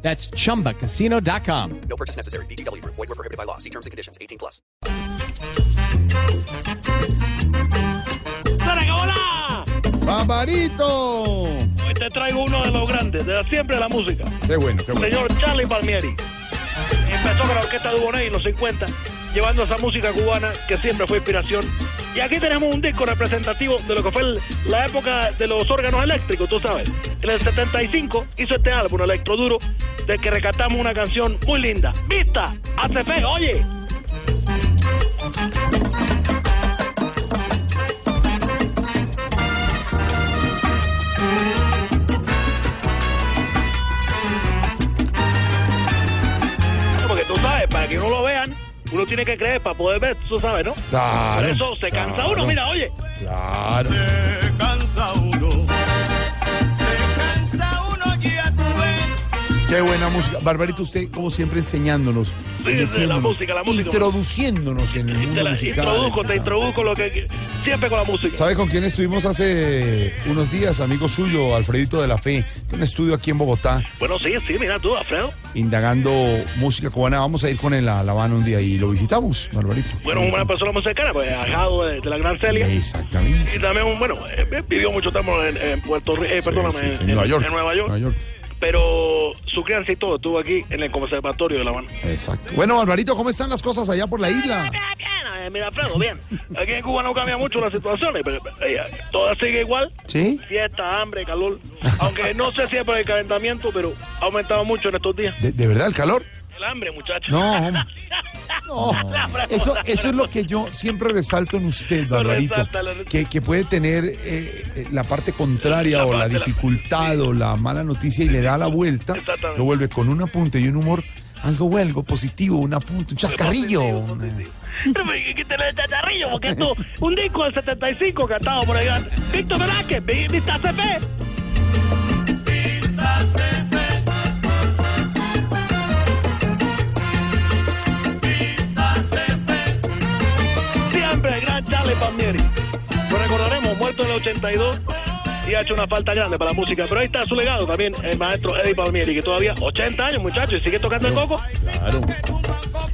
That's chumbacasino.com. No purchase necessary. BGW. Void were prohibited by law. See terms and conditions. 18 plus. ¡Hola! ¡Barbarito! Hoy te traigo uno de los grandes, de la- siempre de la música. Qué bueno, qué bueno. Señor Charlie Palmieri. Empezó con la orquesta Dubonet en los 50, llevando esa música cubana que siempre fue inspiración. Y aquí tenemos un disco representativo de lo que fue el- la época de los órganos eléctricos, tú sabes. En el 75 hizo este álbum, Electro Duro, del que rescatamos una canción muy linda. ¡Vista! ¡Hace fe! ¡Oye! Porque tú sabes, para que uno lo vean, uno tiene que creer para poder ver, tú sabes, ¿no? Claro. Por eso se cansa claro, uno, mira, oye. Claro. Se cansa uno, se cansa uno ya tú ves. Qué buena música. Barbarito, usted, como siempre, enseñándonos. sí, la metiéndonos, música, la música. Introduciéndonos en el Y te mundo la musical. introduzco, te introduzco lo que siempre con la música. ¿Sabe con quién estuvimos hace unos días? Amigo suyo, Alfredito de la Fe. Tiene un estudio aquí en Bogotá, Bueno, sí, sí, mira tú, Alfredo. indagando música cubana. Vamos a ir con él a La Habana un día y lo visitamos, Barbarito. Bueno, una persona muy cercana, pues, ajado de, de la Gran Celia. Exactamente. Y también, bueno, eh, vivió mucho tiempo en, en Puerto Rico, eh, perdóname, Sí, sí, sí, en, en Nueva York. Nueva York. Pero su crianza y todo estuvo aquí en el Conservatorio de La Habana. Exacto. Bueno, Barbarito, ¿cómo están las cosas allá por la isla? Bien, bien, eh, mira, Alfredo, bien. Aquí en Cuba no cambia mucho las situaciones, pero eh, todo sigue igual. ¿Sí? Fiesta, hambre, calor. Aunque no sé si es por el calentamiento, pero ha aumentado mucho en estos días. ¿De, de verdad el calor? El hambre, muchachos. No, hombre. No, eso, eso es lo que yo siempre resalto en usted, Barbarito, resalta, lo resalta. que, que puede tener eh, eh, la parte contraria La o la parte, la- dificultad o la mala noticia y le da la vuelta, Exactamente. lo vuelve con un apunte y un humor, algo bueno, algo positivo, un apunte, un chascarrillo. una- Quítale el chacharrillo, porque esto un disco del 75 cantado por allá. Víctor Velázquez, vi- Vista CP. Vista se ve, vista se ve, Siempre el gran Charlie Palmieri. Lo recordaremos, muerto en el 82 y ha hecho una falta grande para la música. Pero ahí está su legado también, el maestro Eddie Palmieri, que todavía 80 años, muchachos, y sigue tocando el coco. Claro.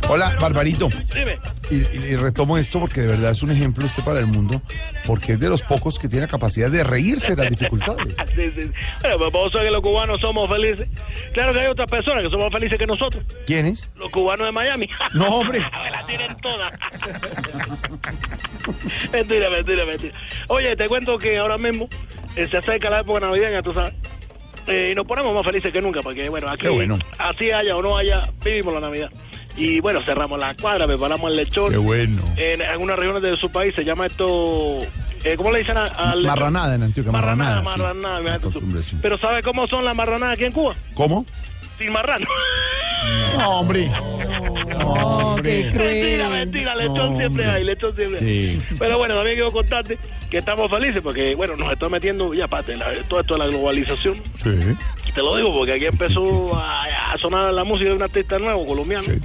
Hola, Barbarito. Dime. Y, y- y retomo esto porque de verdad es un ejemplo usted para el mundo, porque es de los pocos que tiene la capacidad de reírse de las dificultades. Sí, sí. Bueno, pues vos sabés que los cubanos somos felices. Claro que hay otras personas que son más felices que nosotros. ¿Quién es? Los cubanos de Miami. No, hombre. Me la tienen toda. mentira, mentira, mentira. Oye, te cuento que ahora mismo eh, se acerca la época navideña, tú sabes. Eh, y nos ponemos más felices que nunca, porque bueno, aquí, Qué bueno. así haya o no haya, vivimos la Navidad. Y bueno, cerramos la cuadra, preparamos el lechón. Qué bueno. En algunas regiones de su país se llama esto. eh, ¿Cómo le dicen a- al.? lechón? Marranada en Antioquia, Marranada, marranada. marranada, sí. imagínate tú. Costumbre, sí. Pero ¿sabes cómo son las marranadas aquí en Cuba? ¿Cómo? Sin marrano. No, hombre. qué cruel. Mentira, mentira, lechón No, siempre hombre. hay, lechón siempre hay. Sí. Pero bueno, también quiero contarte que estamos felices porque, bueno, nos está metiendo ya parte de la- todo esto de la globalización. Sí. Te lo digo porque aquí empezó a, a sonar la música de un artista nuevo colombiano Sí.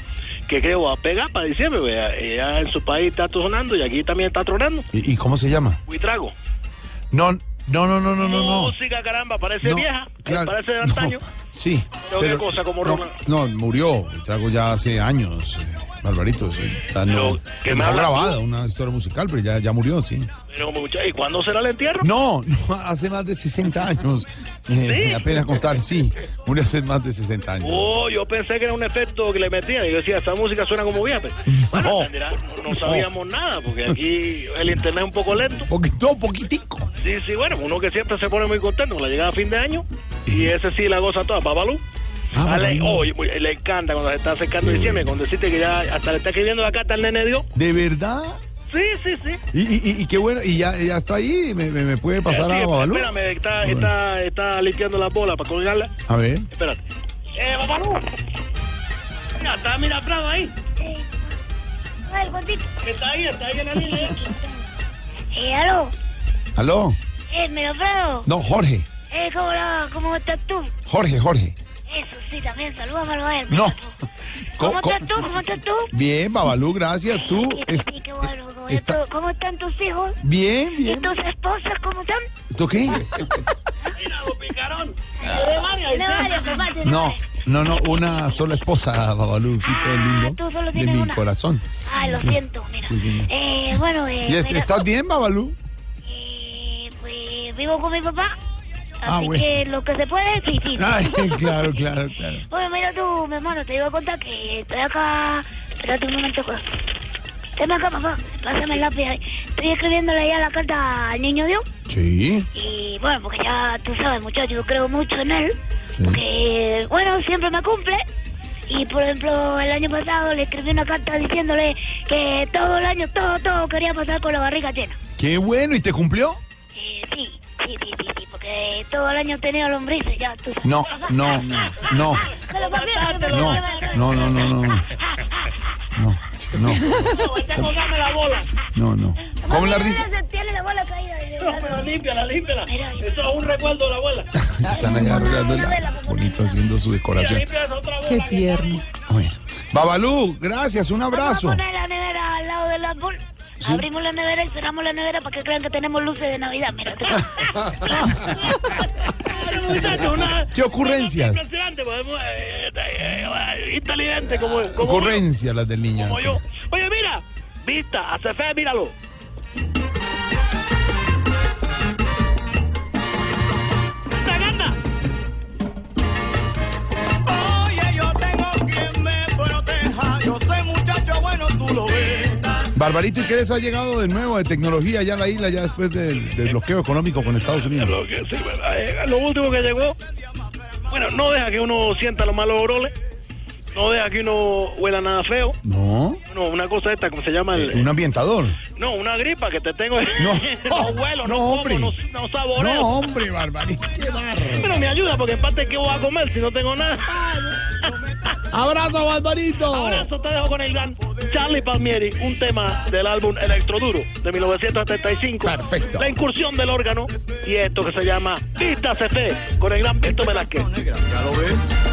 que creo va a pegar para diciembre. porque Ya, ya en su país está sonando y aquí también está tronando. ¿Y, y cómo se llama? Huitrago. No, no, no, no, no, no. no. Música, caramba, parece No, vieja, eh, claro, parece de no, antaño. Sí. Pero qué cosa, como no, Ronald. no, murió. El trago ya hace años. eh, Barbarito. sí, está no, Pero, ¿qué que me no ha hablas tú? grabado una historia musical, pero ya, ya murió, sí. Pero como mucha- ¿y cuándo será el entierro? No, no, hace más de 60 años. Eh, ¿Sí? Me da pena contar, sí. Murió hace más de 60 años. Oh, yo pensé que era un efecto que le metían. Y yo decía, esta música suena como vieja. pero- Bueno, No. entenderá, no, no Oh. sabíamos nada, porque aquí el internet es un poco lento. Poquito, poquitico. Sí, sí, bueno, uno que siempre se pone muy contento con la llegada a fin de año. Y ese sí la goza toda, Babalú. Ah, Ale, Babalú. oh, y- y le encanta cuando se está acercando Sí. diciembre, cuando deciste que ya hasta le está escribiendo la carta al nene Dios. ¿De verdad? Sí, sí, sí. Y, y, y- y qué bueno, y ya, ya está ahí, me, me- me puede pasar Sí, a Babalú. Espérame, está, está, está limpiando la bola para colgarla. A ver. Espérate. Eh, Babalú. Mira, está mira Prado ahí. el gordito. Está ahí, está ahí en la línea. Eh, aló, ¿Aló? eh, Melofredo. No, Jorge. Eh, ¿cómo, la- ¿Cómo estás tú? Jorge, Jorge. Eso sí, también salúdamelo a él. No. Co- ¿Cómo co- estás tú? ¿Cómo estás tú? Bien, Babalú, gracias. Tú. Sí, es- eh, sí, qué bueno, qué bueno. está- ¿Tú- ¿Cómo están tus hijos? Bien, ¿Y bien. tus esposas cómo están? ¿Tú qué? Mira, vos, picarón. Ah. Tiene varias, No, vale, papá, tiene No, varias. no, no, una sola esposa, Babalú, sí, todo Ah, lindo. tú solo De tienes mi una. corazón. Ah, lo siento, mira. Sí, sí. Eh, bueno, eh, ¿Y es- mira, ¿Estás bien, Babalú? eh, pues vivo con mi papá. Así Ah, bueno. que lo que se puede, sí, sí. Ay, claro, claro, claro. Bueno, mira tú, mi hermano, te iba a contar que estoy acá. Espérate un momento, Juan. Ven acá, papá. Pásame el lápiz. ahí. Estoy escribiéndole ya la carta al niño Dios. Sí. Y bueno, porque ya tú sabes, muchacho, yo creo mucho en él. Porque, bueno, siempre me cumple. Y por ejemplo, el año pasado le escribí una carta diciéndole que todo el año, todo, todo quería pasar con la barriga llena. Qué bueno, ¿y te cumplió? Eh, sí, sí, sí, sí, sí, porque todo el año he tenido lombrices, ya tú sabes. No, no, no. Se lo cambié, se lo No, cambié. no, no, no, no. No, no, Está colgando la bola. no, no. ¿Cómo la risa? pues, Tiene la bola caída. No, pero límpiala, límpiala. Mira. Eso es un recuerdo de la abuela. Están allá arreglando el árbol, bonito haciendo su decoración. Limpia esa otra bola. Qué que- tierno. Bueno. Babalú, gracias, un Vamos a abrazo. poner la nevera al lado del árbol. Abrimos la nevera y cerramos la nevera para que crean que tenemos luces de Navidad. Mira, te- Bueno, muchachos, una- ¿Qué ocurrencias? una impresionante, pues, eh, eh, Inteligente como, como, Ocurrencias las del niño. como yo. Oye, mira. Vista, hace fe, míralo. ¡Sacanda! Oye, yo tengo quien me proteja. Yo soy muchacho bueno, tú lo ves. Barbarito, ¿y qué les ha llegado de nuevo de tecnología ya a la isla, ya después del, del bloqueo económico con Estados Unidos? Lo, que sí, eh, lo último que llegó, bueno, no deja que uno sienta los malos oroles, no deja que uno huela nada feo. No, No, una cosa esta, ¿cómo se llama? El, un ambientador. No, una gripa que te tengo. Eh, No. huelo, No, no, como, hombre. no, no saboreo. No, hombre, Barbarito, qué barro. Pero me ayuda porque en parte, ¿qué voy a comer si no tengo nada? ¡Abrazo, Barbarito! Abrazo, te dejo con el gran Charlie Palmieri, un tema del álbum Electroduro de 1975. Perfecto. La incursión del órgano y esto que se llama Vista CP con el gran Víctor Velázquez. Negra, ¿ya lo ves?